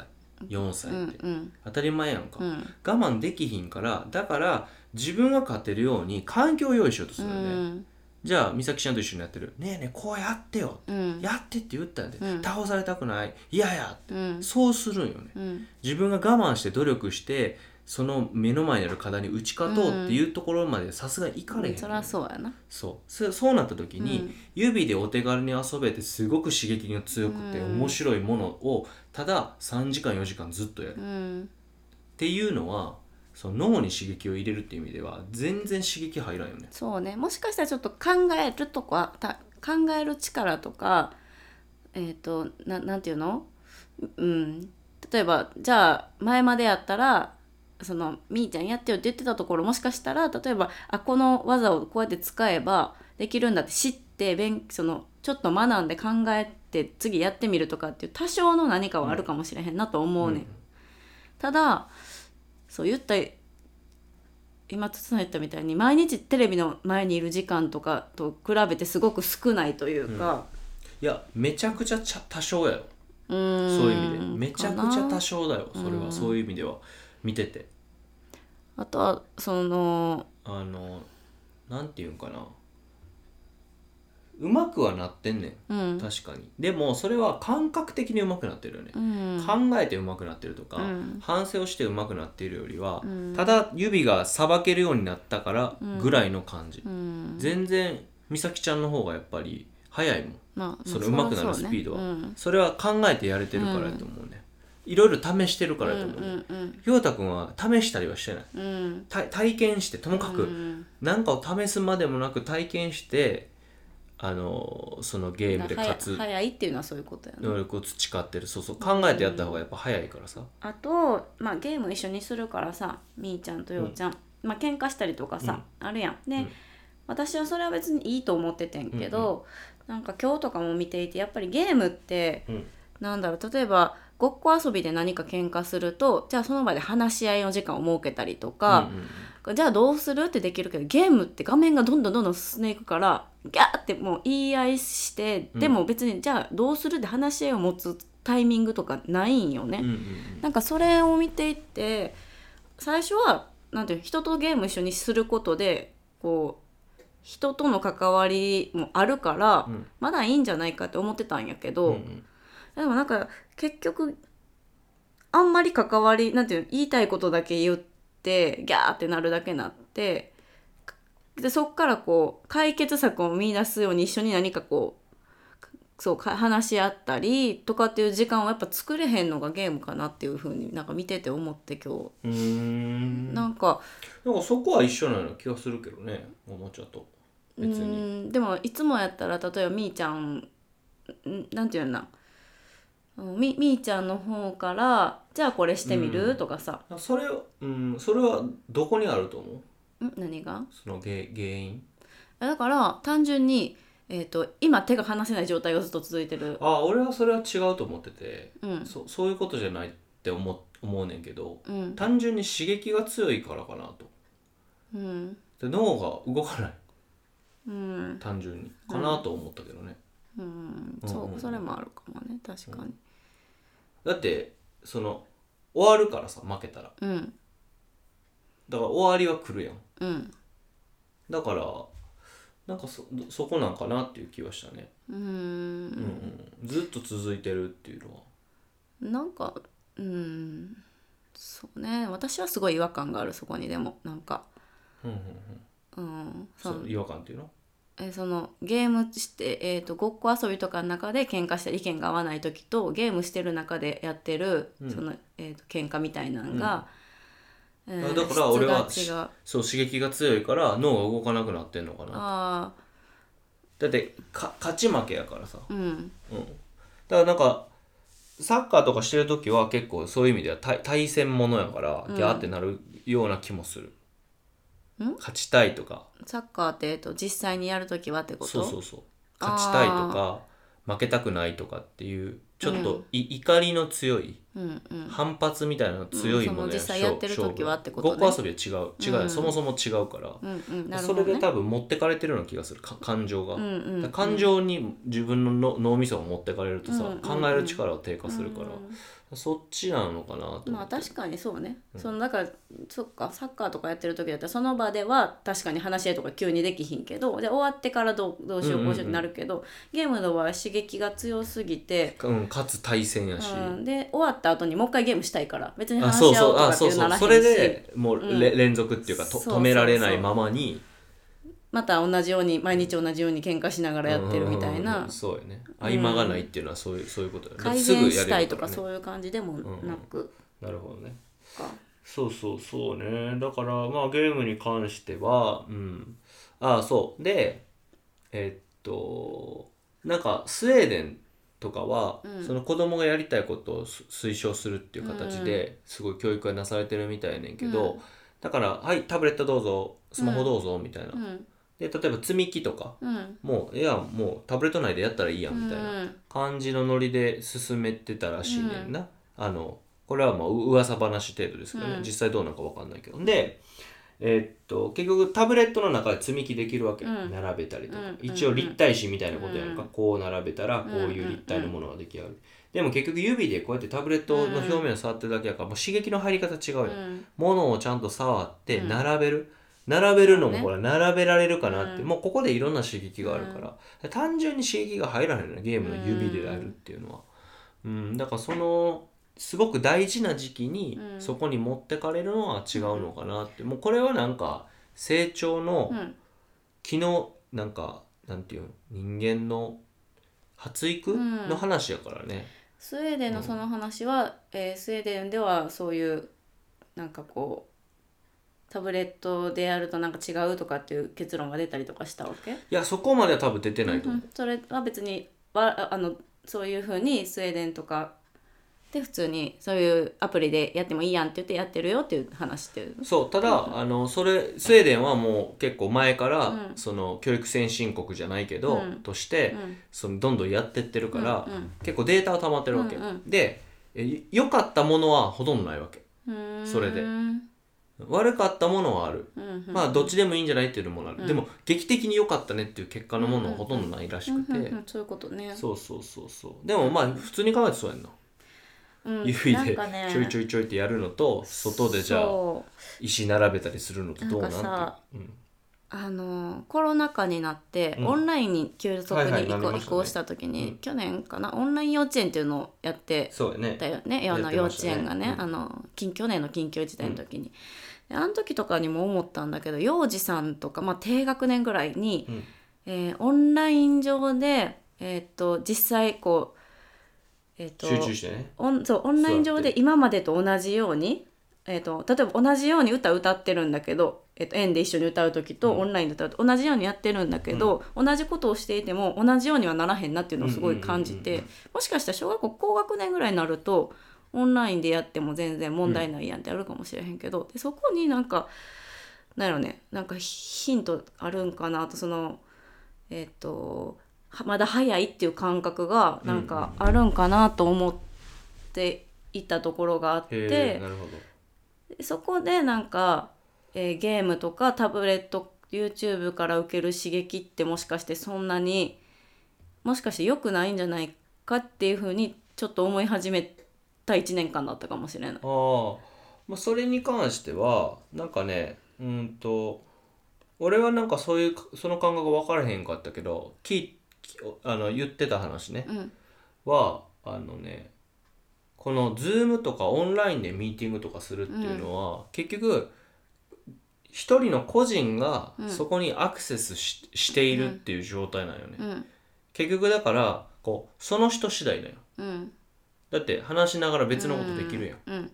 Speaker 1: 4歳
Speaker 2: う
Speaker 1: っ
Speaker 2: ん
Speaker 1: て
Speaker 2: うん
Speaker 1: 当たり前やんか、
Speaker 2: う
Speaker 1: 我
Speaker 2: ん
Speaker 1: 慢できひんからだから自分が勝てるように環境を用意しようとす
Speaker 2: う
Speaker 1: るよね、
Speaker 2: ん
Speaker 1: じゃあ美咲ちゃんと一緒にやってる「ねえねえこうやってよ」
Speaker 2: うん
Speaker 1: やってって言ったんで、
Speaker 2: うん
Speaker 1: 倒されたくない嫌や
Speaker 2: うん
Speaker 1: そうするんよね
Speaker 2: うん
Speaker 1: 自分が我慢して努力してその目の前にある課題に打ち勝とうっていうところまでさすがにいかれへん、
Speaker 2: そりゃそうやな
Speaker 1: そうそそうなった時に、
Speaker 2: うん
Speaker 1: 指でお手軽に遊べてすごく刺激が強くて
Speaker 2: うん
Speaker 1: 面白いものをただ3時間4時間ずっとやる、
Speaker 2: う
Speaker 1: っ
Speaker 2: ん
Speaker 1: ていうのはその脳に刺激を入れるっていう意味では全然刺激入らんよね
Speaker 2: そうねもしかしたらちょっと考えるとかた考える力とかえっ、とななんていうのうん例えばじゃあ前までやったらそのみーちゃんやってよって言ってたところもしかしたら例えばあこの技をこうやって使えばできるんだって知って勉そのちょっと学んで考えて次やってみるとかっていう多少の何かはあるかもしれへんなと思うね、ん
Speaker 1: ん、
Speaker 2: ただそう言った今つつさん言ったみたいに毎日テレビの前にいる時間とかと比べてすごく少ないというか、
Speaker 1: いやめちゃくちゃちゃ多少やろ
Speaker 2: うーん、
Speaker 1: そういう意味でめちゃくちゃ多
Speaker 2: 少
Speaker 1: 少だよそれ
Speaker 2: う
Speaker 1: は
Speaker 2: ん
Speaker 1: そういう意味では見てて
Speaker 2: あとはその
Speaker 1: あのなんていうんかなうまくはなってんね
Speaker 2: うんん
Speaker 1: 確かにでもそれは感覚的にうまくなってるよね
Speaker 2: う、ん
Speaker 1: 考えてうまくなってるとか、
Speaker 2: うん
Speaker 1: 反省をしてうまくなっているよりは、
Speaker 2: うん
Speaker 1: ただ指がさばけるようになったから
Speaker 2: うん
Speaker 1: ぐらいの感じ、
Speaker 2: うん
Speaker 1: 全然美咲ちゃんの方がやっぱり早いもん
Speaker 2: まあ
Speaker 1: そのうまくなるスピードは、
Speaker 2: うん
Speaker 1: それは考えてやれてるからやと思うね、いろいろ試してるからやと思うね、
Speaker 2: うんうん
Speaker 1: ひょうたくんは試したりはしてない
Speaker 2: うんうん
Speaker 1: た体験してともか
Speaker 2: う
Speaker 1: く
Speaker 2: ん
Speaker 1: 何かを試すまでもなく体験してあのそのゲームで勝
Speaker 2: はや
Speaker 1: つ
Speaker 2: 早いっていうのはそういうことやな、
Speaker 1: 能力を培ってるそうそう考えてやった方がやっぱ早いからさ
Speaker 2: あと、まあ、ゲーム一緒にするからさみーちゃんとようちゃん、まあ喧嘩したりとかさ、あるやんで、
Speaker 1: うん
Speaker 2: 私はそれは別にいいと思っててんけど、なんか今日とかも見ていてやっぱりゲームって、
Speaker 1: うん
Speaker 2: なんだろう例えばごっこ遊びで何か喧嘩するとじゃあその場で話し合いの時間を設けたりとか
Speaker 1: うん、うんうん
Speaker 2: じゃあどうするってできるけどゲームって画面がどんどんどんどん進んでいくからギャーってもう言い合いして、
Speaker 1: うん
Speaker 2: でも別にじゃあどうするって話し合いを持つタイミングとかないんよね。
Speaker 1: うんうん
Speaker 2: なんかそれを見ていって最初はなんていうの人とゲーム一緒にすることでこう人との関わりもあるから、
Speaker 1: うん
Speaker 2: まだいいんじゃないかって思ってたんやけ
Speaker 1: う
Speaker 2: ど、
Speaker 1: んうん
Speaker 2: でもなんか結局あんまり関わりなんていうの言いたいことだけ言ってギャーってなるだけなってでそっからこう解決策を見出すように一緒に何かこうそうか話し合ったりとかっていう時間をやっぱ作れへんのがゲームかなっていうふうになんか見てて思って今
Speaker 1: うー
Speaker 2: 日
Speaker 1: ん
Speaker 2: な
Speaker 1: なん
Speaker 2: んか
Speaker 1: かそこは一緒なような気がするけどねおもちゃと
Speaker 2: う
Speaker 1: 別に
Speaker 2: んでもいつもやったら例えばみーちゃんんなんていうんだみみーちゃんの方からじゃあこれしてみる、
Speaker 1: うん
Speaker 2: とかさ
Speaker 1: それをうんそれはどこにあると思うん
Speaker 2: 何が
Speaker 1: その原原因
Speaker 2: あだから単純に、えー、と今手が離せない状態がずっと続いてる、
Speaker 1: あ俺はそれは違うと思ってて
Speaker 2: うん
Speaker 1: そそういうことじゃないって思思うねんけど
Speaker 2: うん
Speaker 1: 単純に刺激が強いからかなと
Speaker 2: うん
Speaker 1: で脳が動かない
Speaker 2: うん
Speaker 1: 単純にかなと思ったけどね、
Speaker 2: う
Speaker 1: う
Speaker 2: ん
Speaker 1: ん
Speaker 2: そ
Speaker 1: うん
Speaker 2: うそれもあるかもね確かに
Speaker 1: だってその終わるからさ負けたら
Speaker 2: うん
Speaker 1: だから終わりは来るやん
Speaker 2: うん
Speaker 1: だからなんかそそこなんかなっていう気はしたね、
Speaker 2: う
Speaker 1: うん
Speaker 2: ん
Speaker 1: うん、ずっと続いてるっていうのは
Speaker 2: なんかうんそうね私はすごい違和感があるそこにでもなんか
Speaker 1: うんうんうん
Speaker 2: うん
Speaker 1: そ
Speaker 2: そうの
Speaker 1: 違和感っていうの
Speaker 2: えそのゲームして、えー、とごっこ遊びとかの中で喧嘩したり意見が合わない時とゲームしてる中でやってる、
Speaker 1: うん
Speaker 2: その、えー、と喧嘩みたいなのが、え
Speaker 1: あだから俺は
Speaker 2: 質が違う
Speaker 1: そう刺激が強いから脳が動かなくなってんのかな
Speaker 2: あ
Speaker 1: だってか勝ち負けやからさ
Speaker 2: あうん
Speaker 1: うん、だからなんかサッカーとかしてる時は結構そういう意味では対対戦ものやから
Speaker 2: うん
Speaker 1: ギャーってなるような気もする、
Speaker 2: ん
Speaker 1: 勝ちたいとか
Speaker 2: サッカーって、えっと、実際にやるときはってこと
Speaker 1: そうそううそう勝ちたいとか負けたくないとかっていうちょっとい、怒りの強い
Speaker 2: うんうん
Speaker 1: 反発みたいなの強いもの
Speaker 2: うんその実際やってる時はってことね
Speaker 1: ごっこ遊びは違う違う、
Speaker 2: うん
Speaker 1: そもそも違うから、
Speaker 2: うんうんなる
Speaker 1: そ
Speaker 2: ほ
Speaker 1: れ
Speaker 2: ど
Speaker 1: で
Speaker 2: ね
Speaker 1: 多分持ってかれてるような気がするか感情が、
Speaker 2: うんうん
Speaker 1: だから感情に自分のの脳みそを持ってかれるとさ、
Speaker 2: うんうん
Speaker 1: 考える力を低下するから、
Speaker 2: う
Speaker 1: そっちなのかなと思って
Speaker 2: んまあ確かにそうね、
Speaker 1: うん
Speaker 2: そのだからそっかサッカーとかやってる時だったらその場では確かに話し合いとか急にできひんけどで終わってからどうどうしようこうしようってなるけど、ゲームの場合は刺激が強すぎて、
Speaker 1: うん、勝つ対戦やし、
Speaker 2: うん、で終わった後にもう一回ゲームしたいから別に
Speaker 1: あ
Speaker 2: 話
Speaker 1: そう
Speaker 2: し合
Speaker 1: そ
Speaker 2: お
Speaker 1: う
Speaker 2: うとか
Speaker 1: あ
Speaker 2: って
Speaker 1: そ
Speaker 2: いううな
Speaker 1: そう
Speaker 2: らへんし
Speaker 1: それでもう、
Speaker 2: うん
Speaker 1: れ連続っていうかと
Speaker 2: そうそうそう
Speaker 1: 止められないままに
Speaker 2: また同じように毎日同じように喧嘩しながらやってるみたい
Speaker 1: うんうん
Speaker 2: な
Speaker 1: うんそうよね合間がないっていうのはそういうそういうことだよね
Speaker 2: 改
Speaker 1: すぐやれ
Speaker 2: 善
Speaker 1: るらね
Speaker 2: したいとかそういう感じでもなく
Speaker 1: なるほどね
Speaker 2: か、
Speaker 1: そうそうそうねだからまあゲームに関してはうんああそうでえっとなんかスウェーデンとかは、
Speaker 2: うん
Speaker 1: その子供がやりたいことをす推奨するっていう形ですごい教育がなされてるみたいねんけど、
Speaker 2: うん
Speaker 1: だから「はいタブレットどうぞスマホどうぞ」みたいな、
Speaker 2: うん
Speaker 1: で例えば積み木とか
Speaker 2: うん
Speaker 1: もういやもうタブレット内でやったらいいやんみたいな、
Speaker 2: うん
Speaker 1: 感じのノリで進めてたらしいねんな、あのこれはまあう噂話程度ですけどね、
Speaker 2: うん
Speaker 1: 実際どうなのか分かんないけどでえーっと結局タブレットの中で積み木できるわけ、
Speaker 2: うん
Speaker 1: 並べたりとか、
Speaker 2: うん
Speaker 1: 一応立体詞みたいなことやんか、
Speaker 2: うん
Speaker 1: こう並べたらこういう立体のものが出来上がる、でも結局指でこうやってタブレットの表面を触ってるだけやから、もう刺激の入り方違うやん、
Speaker 2: うん
Speaker 1: 物をちゃんと触って
Speaker 2: うん
Speaker 1: 並べる、並べるのも
Speaker 2: ね
Speaker 1: ほら並べられるかなって、
Speaker 2: うん
Speaker 1: もうここでいろんな刺激があるから、単純に刺激が入らないのよゲームの指でやるっていうのは、うんだからそのすごく大事な時期に
Speaker 2: うん
Speaker 1: そこに持ってかれるのは違うのかなって、もうこれはなんか成長の
Speaker 2: うん
Speaker 1: 昨日なんかなんていうの人間の発育
Speaker 2: うん
Speaker 1: の話やからね、
Speaker 2: スウェーデンのその話は、えースウェーデンではそういうなんかこうタブレットでやるとなんか違うとかっていう結論が出たりとかしたわけ
Speaker 1: いやそこまでは多分出てないと
Speaker 2: う
Speaker 1: 思うん
Speaker 2: それは別にわあのそういうふうにスウェーデンとかで普通にそういうアプリでやってもいいやんって言ってやってるよっていう話っていう。
Speaker 1: そうただ、あのそれスウェーデンはもう結構前から、
Speaker 2: うん
Speaker 1: その教育先進国じゃないけど、
Speaker 2: うん
Speaker 1: として、そのどんどんやってってるから、
Speaker 2: うんうん
Speaker 1: 結構データは溜まってるわけ、
Speaker 2: うんうん
Speaker 1: でえ良かったものはほとんどないわけ
Speaker 2: うん
Speaker 1: それで
Speaker 2: うん
Speaker 1: 悪かったものはある、
Speaker 2: うん
Speaker 1: まあどっちでもいいんじゃないっていうのもある、
Speaker 2: うん
Speaker 1: でも劇的に良かったねっていう結果のものはほとんどないらしくて、
Speaker 2: うんうんうんそういうことね。
Speaker 1: そうそうそうそうでもまあ普通に考えてそうやんな、
Speaker 2: うん
Speaker 1: 指
Speaker 2: なん
Speaker 1: で
Speaker 2: かね
Speaker 1: ちょいちょいちょいってやるのと外でじゃあ
Speaker 2: そう
Speaker 1: 石並べたりするのとどうなんて
Speaker 2: なんかさ
Speaker 1: うん
Speaker 2: あのコロナ禍になって、
Speaker 1: うん
Speaker 2: オンラインに急速
Speaker 1: はいは
Speaker 2: に
Speaker 1: い
Speaker 2: 移
Speaker 1: なりました
Speaker 2: 行,、
Speaker 1: ね
Speaker 2: 移行した時に、
Speaker 1: うん
Speaker 2: 去年かなオンライン幼稚園っていうのをやって
Speaker 1: そうやね
Speaker 2: たよねあの
Speaker 1: やってま
Speaker 2: 幼稚
Speaker 1: したね
Speaker 2: 園がね、
Speaker 1: うん
Speaker 2: あの緊去年の緊急事態の時に、であの時とかにも思ったんだけど幼児さんとか、まあ、低学年ぐらいに、
Speaker 1: うん
Speaker 2: えーオンライン上で、えーっと実際こう、えーっと
Speaker 1: 集中してね
Speaker 2: オンそうオンライン上
Speaker 1: 座っ
Speaker 2: で今までと同じように、えー、と例えば同じように歌歌ってるんだけど、えー、と園で一緒に歌う時と
Speaker 1: うん
Speaker 2: オンラインで歌うと同じようにやってるんだけど、同じことをしていても同じようにはならへんなっていうのをすごい感じ
Speaker 1: うんう
Speaker 2: て
Speaker 1: ん
Speaker 2: もしかしたら小学校高学年ぐらいになるとオンラインでやっても全然問題ないやんってあるかもしれへんけど、でそこになんかなんやろねなんかヒントあるんかなとそのえっ、とはまだ早いっていう感覚がなんかあるんかなと思っていたところがあっ
Speaker 1: へえ
Speaker 2: て
Speaker 1: なるほど
Speaker 2: そこでなんか、えーゲームとかタブレット YouTube から受ける刺激ってもしかしてそんなにもしかして良くないんじゃないかっていうふうにちょっと思い始めた1年間だったかもしれない。
Speaker 1: ああ、まあ、それに関してはなんかねうんと俺はなんかそういうその感覚分からへんかったけどききあの言ってた話ね
Speaker 2: うん
Speaker 1: はあのねこの Zoom とかオンラインでミーティングとかするっていうのは、結局一人の個人が
Speaker 2: うん
Speaker 1: そこにアクセスし,、しているっていう状態なんよね、
Speaker 2: うん
Speaker 1: 結局だからこうその人次第だよ
Speaker 2: うん、
Speaker 1: だって話しながら別のことできるやん、
Speaker 2: うん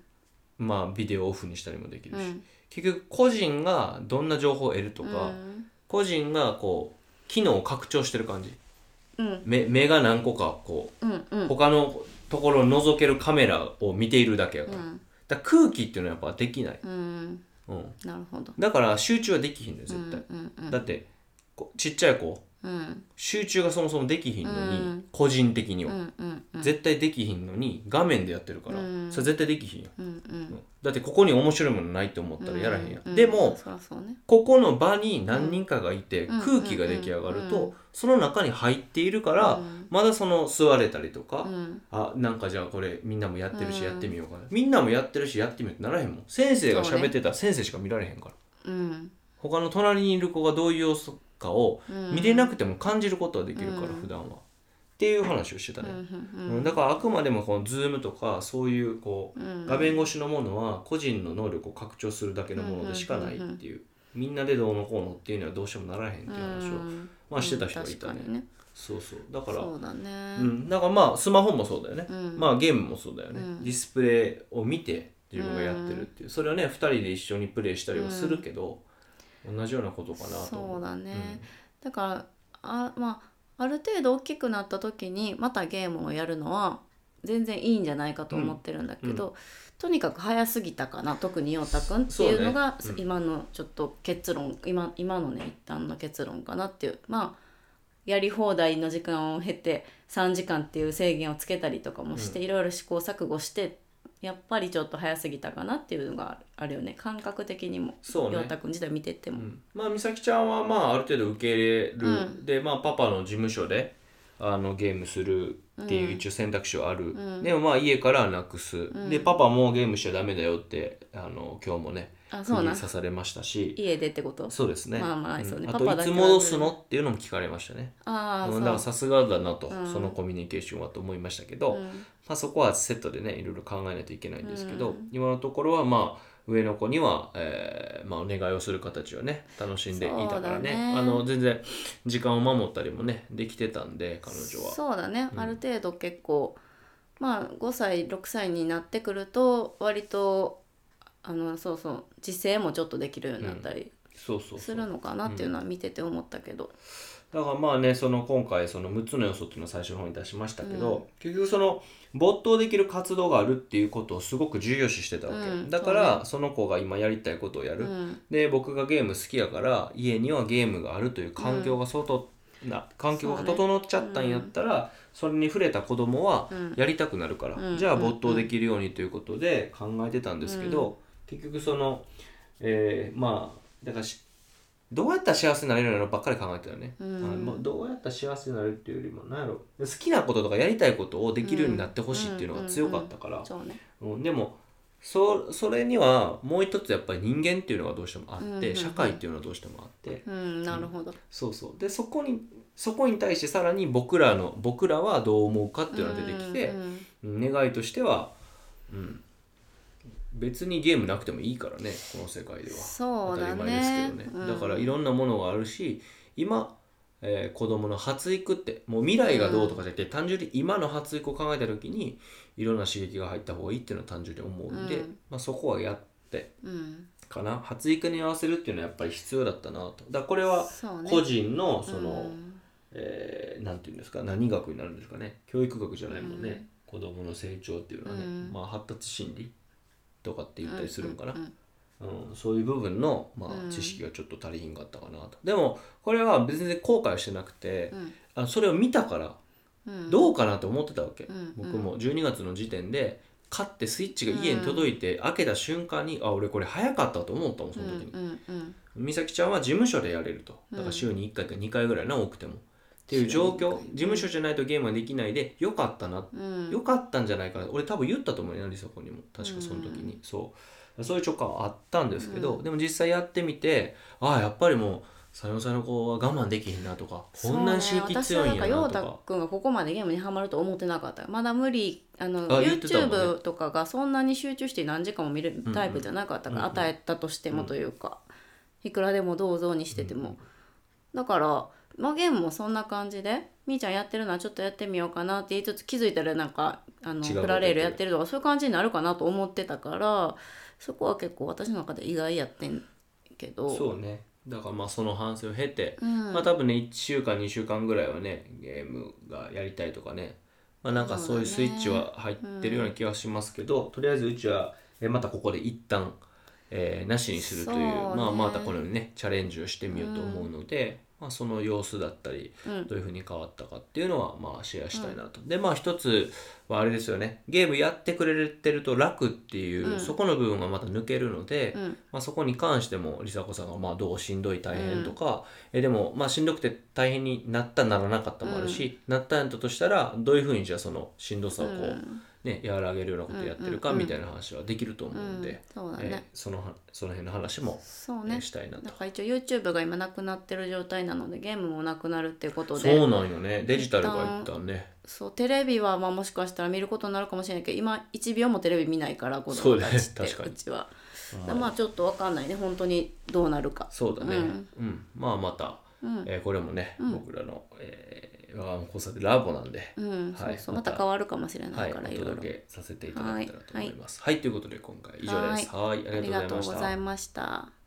Speaker 1: まあビデオオフにしたりもできる
Speaker 2: う
Speaker 1: し、
Speaker 2: ん
Speaker 1: 結局個人がどんな情報を得るとか、
Speaker 2: うん
Speaker 1: 個人がこう機能を拡張してる感じ
Speaker 2: うん
Speaker 1: 目目が何個かこ
Speaker 2: うんう
Speaker 1: うん他のところを覗けるカメラを見ているだけやか
Speaker 2: う
Speaker 1: ら,、
Speaker 2: ん
Speaker 1: だから空気っていうのはやっぱできない、
Speaker 2: うん
Speaker 1: うん、
Speaker 2: なるほど
Speaker 1: だから集中はできひんのよ絶対、
Speaker 2: うんうんうん
Speaker 1: だってこちっちゃい子
Speaker 2: うん
Speaker 1: 集中がそもそもできひんのに、
Speaker 2: うん
Speaker 1: 個人的に
Speaker 2: う
Speaker 1: は、
Speaker 2: んうんうん
Speaker 1: 絶対できひんのに画面でやってるから、
Speaker 2: うん
Speaker 1: それ絶対できひんやん、
Speaker 2: うんうん
Speaker 1: だってここに面白いものないと思ったらやらへんや、
Speaker 2: うんう
Speaker 1: でも
Speaker 2: そらそうね
Speaker 1: ここの場に何人かがいて
Speaker 2: うん
Speaker 1: 空気が出来上がると、
Speaker 2: うんうん
Speaker 1: その中に入っているから、
Speaker 2: うん
Speaker 1: まだその座れたりとか、
Speaker 2: うん
Speaker 1: あなんかじゃあこれみんなもやってるし
Speaker 2: うん
Speaker 1: やってみようかな、みんなもやってるしやってみようってならへんもん先生が喋ってたら先生しか見られへんから、
Speaker 2: うん
Speaker 1: 他の隣にいる子がどういう様子かを
Speaker 2: うん
Speaker 1: 見れなくても感じることはできるから、
Speaker 2: うん
Speaker 1: 普段はっていう話をしてた
Speaker 2: うんう
Speaker 1: ね、
Speaker 2: ん
Speaker 1: うんだからあくまでもこの Zoom とかそういうこ
Speaker 2: うんうん
Speaker 1: う画面越しのものは個人の能力を拡張するだけのものでしかないっていうみんなでどうのこうのっていうのはどうしてもならへんっていう話を、
Speaker 2: うん
Speaker 1: まあ、してた人がいた
Speaker 2: うん
Speaker 1: ね,、
Speaker 2: 確かに
Speaker 1: そうそうだから
Speaker 2: そうだね
Speaker 1: うん、だからまあスマホもそうだよね、
Speaker 2: うん
Speaker 1: まあゲームもそうだよね、
Speaker 2: うん
Speaker 1: ディスプレイを見て自分がやってるっていう、それはね2人で一緒にプレイしたりはするけど、同じようなことかなと
Speaker 2: そうだね、
Speaker 1: うん
Speaker 2: だからあまあある程度大きくなった時にまたゲームをやるのは全然いいんじゃないかと思ってるんだけど、とにかく早すぎたかな特に陽太くんっていうのが
Speaker 1: そうねうん
Speaker 2: 今のちょっと結論、今今のね一旦の結論かなっていうまあやり放題の時間を経て3時間っていう制限をつけたりとかもして、いろいろ試行錯誤してやっぱりちょっと早すぎたかなっていうのがあるよね感覚的にも
Speaker 1: そうね
Speaker 2: 陽太くん自体見てて
Speaker 1: う
Speaker 2: も。
Speaker 1: んまあ美咲ちゃんはまあある程度受け入れる、
Speaker 2: うん
Speaker 1: でまあパパの事務所であのゲームするっていう一応選択肢はある、
Speaker 2: うん
Speaker 1: でもまあ家からはなくす、でパパもゲームしちゃダメだよってあの今日もね
Speaker 2: あそう
Speaker 1: 釘
Speaker 2: なん
Speaker 1: 刺されましたし
Speaker 2: 家でってこと
Speaker 1: そうですね。
Speaker 2: まあまあそうね
Speaker 1: ん
Speaker 2: パ
Speaker 1: と
Speaker 2: パ
Speaker 1: い
Speaker 2: だ
Speaker 1: つ
Speaker 2: けは
Speaker 1: 戻すのっていうのも聞かれましたね。
Speaker 2: ああ
Speaker 1: う
Speaker 2: そ
Speaker 1: ん
Speaker 2: う
Speaker 1: だからさすがだなと、
Speaker 2: うん
Speaker 1: そのコミュニケーションはと思いましたけど、
Speaker 2: うん
Speaker 1: まあ、そこはセットでねいろいろ考えないといけないんですけど、今のところはまあ上の子には、えーまあ、お願いをする形をね楽しんでいたからね
Speaker 2: そうだね
Speaker 1: あの全然時間を守ったりもねできてたんで彼女は。
Speaker 2: そうだね、ある程度結構まあ5歳6歳になってくると割とあのそうそう自制もちょっとできるようになったり
Speaker 1: そうそうそ
Speaker 2: す
Speaker 1: う
Speaker 2: るのかなっていうのは見てて思ったけど、
Speaker 1: だからまあねその今回その6つの要素っていうのを最初の方に出しましたけど、結局その没頭できる活動があるっていうことをすごく重要視してたわけ、
Speaker 2: うん
Speaker 1: だからその子が今やりたいことをや
Speaker 2: う
Speaker 1: る、
Speaker 2: ん
Speaker 1: で僕がゲーム好きやから家にはゲームがあるという環境が相当な環境が整っちゃったんやったらそ,、れに触れた子供は
Speaker 2: うん
Speaker 1: やりたくなるから、
Speaker 2: うん
Speaker 1: じゃあ没頭できるようにということで考えてたんですけど、結局その、えーまあだからしどうやったら幸せになれるのばっかり考えてたよね、
Speaker 2: うん
Speaker 1: あもうどうやったら幸せになれるっていうよりも何やろ好きなこととかやりたいことをできるようになってほしいっていうのが強かったから、
Speaker 2: そうね
Speaker 1: うん、でもそそれにはもう一つやっぱり人間っていうのがどうしてもあって、
Speaker 2: うんうんうん
Speaker 1: 社会っていうのがどうしてもあって
Speaker 2: うんなるほど、
Speaker 1: そうそうでそこにそこに対してさらに僕らの僕らはどう思うかっていうのが出てきて
Speaker 2: う、ん
Speaker 1: うん願いとしては、うん、別にゲームなくてもいいからねこの世界では
Speaker 2: そうだね
Speaker 1: 当たり前ですけどね、
Speaker 2: う
Speaker 1: だ
Speaker 2: ん
Speaker 1: からいろんなものがあるし今、えー子供の発育ってもう未来がどうとかじゃなくて、単純に今の発育を考えた時にいろんな刺激が入った方がいいっていうのは単純に思うんで、
Speaker 2: うん
Speaker 1: まあ、そこはやって
Speaker 2: うん
Speaker 1: かな発育に合わせるっていうのはやっぱり必要だったなとだからこれは
Speaker 2: そうね
Speaker 1: 個人のその、
Speaker 2: うん
Speaker 1: えーなんていうんですか何学になるんですかね教育学じゃないもんね、
Speaker 2: うん
Speaker 1: 子どもの成長っていうのはね、
Speaker 2: うん
Speaker 1: まあ、発達心理とかって言ったりするんかな、
Speaker 2: う
Speaker 1: うんん
Speaker 2: うん
Speaker 1: そういう部分の、ま
Speaker 2: うん
Speaker 1: あ、知識がちょっと足りひんかったかなと、でもこれは別に後悔はしてなくて、
Speaker 2: うん
Speaker 1: あそれを見たから
Speaker 2: うん
Speaker 1: どうかなと思ってたわけ、
Speaker 2: うん
Speaker 1: 僕も12月の時点で買ってスイッチが家に届いて、開けた瞬間にあ俺これ早かったと思ったもんその時に、
Speaker 2: うんうん
Speaker 1: 美咲ちゃんは事務所でやれると
Speaker 2: うん
Speaker 1: だから週に1回か2回ぐらいな多くてもっていう状況
Speaker 2: 週に一回
Speaker 1: 事務所じゃないとゲームができないでよかったな
Speaker 2: うん
Speaker 1: よかったんじゃないかな俺多分言ったと思うよ梨紗子にも確かその時に、そうそういう直感はあったんですけど、でも実際やってみてああやっぱりもう34歳の子は我慢できへんなとかこんなに刺激強いんやなと
Speaker 2: そうね私はなんか陽
Speaker 1: か
Speaker 2: 太くんがここまでゲームにはまると思ってなかったまだ無理あの
Speaker 1: あ言ってたもんね
Speaker 2: YouTube とかがそんなに集中して何時間も見るタイプじゃなかったから、
Speaker 1: うんうん
Speaker 2: 与えたとしてもというか、いくらでもどうぞにしてても、だから、まあ、ゲームもそんな感じでみーちゃんやってるのはちょっとやってみようかなって言いつつ気づいたらなんかあの
Speaker 1: 違うこと
Speaker 2: プラレールやってるとかそういう感じになるかなと思ってたからそこは結構私の中で意外やってんけど
Speaker 1: そうねだからまあその反省を経て、
Speaker 2: うん
Speaker 1: まあ多分ね1週間2週間ぐらいはねゲームがやりたいとかねまあなんかそういうスイッチは入ってるような気がしますけど、とりあえずうちはえまたここで一旦、えーなしにするという
Speaker 2: そうね
Speaker 1: まあ、またこれもねチャレンジをしてみようと思うので、まあ、その様子だったり
Speaker 2: うん
Speaker 1: どういうふうに変わったかっていうのはまあシェアしたいなと、でまあ一つはあれですよねゲームやってくれてると楽っていう、
Speaker 2: うん
Speaker 1: そこの部分がまた抜けるので、
Speaker 2: うん
Speaker 1: まあ、そこに関しても梨紗子さんがまあどうしんどい大変とか、えでもまあしんどくて大変になったならなかったもあるし、なったんだとしたらどういうふうにじゃあそのしんどさをこう、
Speaker 2: うん
Speaker 1: ね、和らげるようなことやってる
Speaker 2: う
Speaker 1: か
Speaker 2: んうんうん
Speaker 1: みたいな話はできると思うんで、
Speaker 2: そうだ
Speaker 1: えー
Speaker 2: ね、
Speaker 1: そのはその辺の話も、
Speaker 2: そう
Speaker 1: え
Speaker 2: ね
Speaker 1: ーしたいなと
Speaker 2: だ。から一応 YouTube が今なくなってる状態なのでゲームもなくなるっていうことで
Speaker 1: そうなんよねデジタルが一旦ね
Speaker 2: そうテレビはまあもしかしたら見ることになるかもしれないけど今1秒もテレビ見ないから子
Speaker 1: そう
Speaker 2: 供
Speaker 1: だね
Speaker 2: たちって
Speaker 1: 確かに
Speaker 2: うちは
Speaker 1: あ
Speaker 2: まあちょっとわかんないね本当にどうなるか
Speaker 1: そうだね、う
Speaker 2: うんん
Speaker 1: まあまた、
Speaker 2: うん
Speaker 1: えーこれもね、僕らの、えー、わが交差でラボなんで、
Speaker 2: うん、
Speaker 1: はい
Speaker 2: そうそう
Speaker 1: ま
Speaker 2: ま
Speaker 1: た
Speaker 2: た変わるかもしれな
Speaker 1: はいい、お
Speaker 2: から、いろいろ
Speaker 1: 届けさせていただけたらと思います。はい、ということで今回以上です。はい、あ
Speaker 2: あ
Speaker 1: り
Speaker 2: り
Speaker 1: がと
Speaker 2: が
Speaker 1: う
Speaker 2: とう
Speaker 1: ございま
Speaker 2: ご
Speaker 1: した
Speaker 2: ざい。ました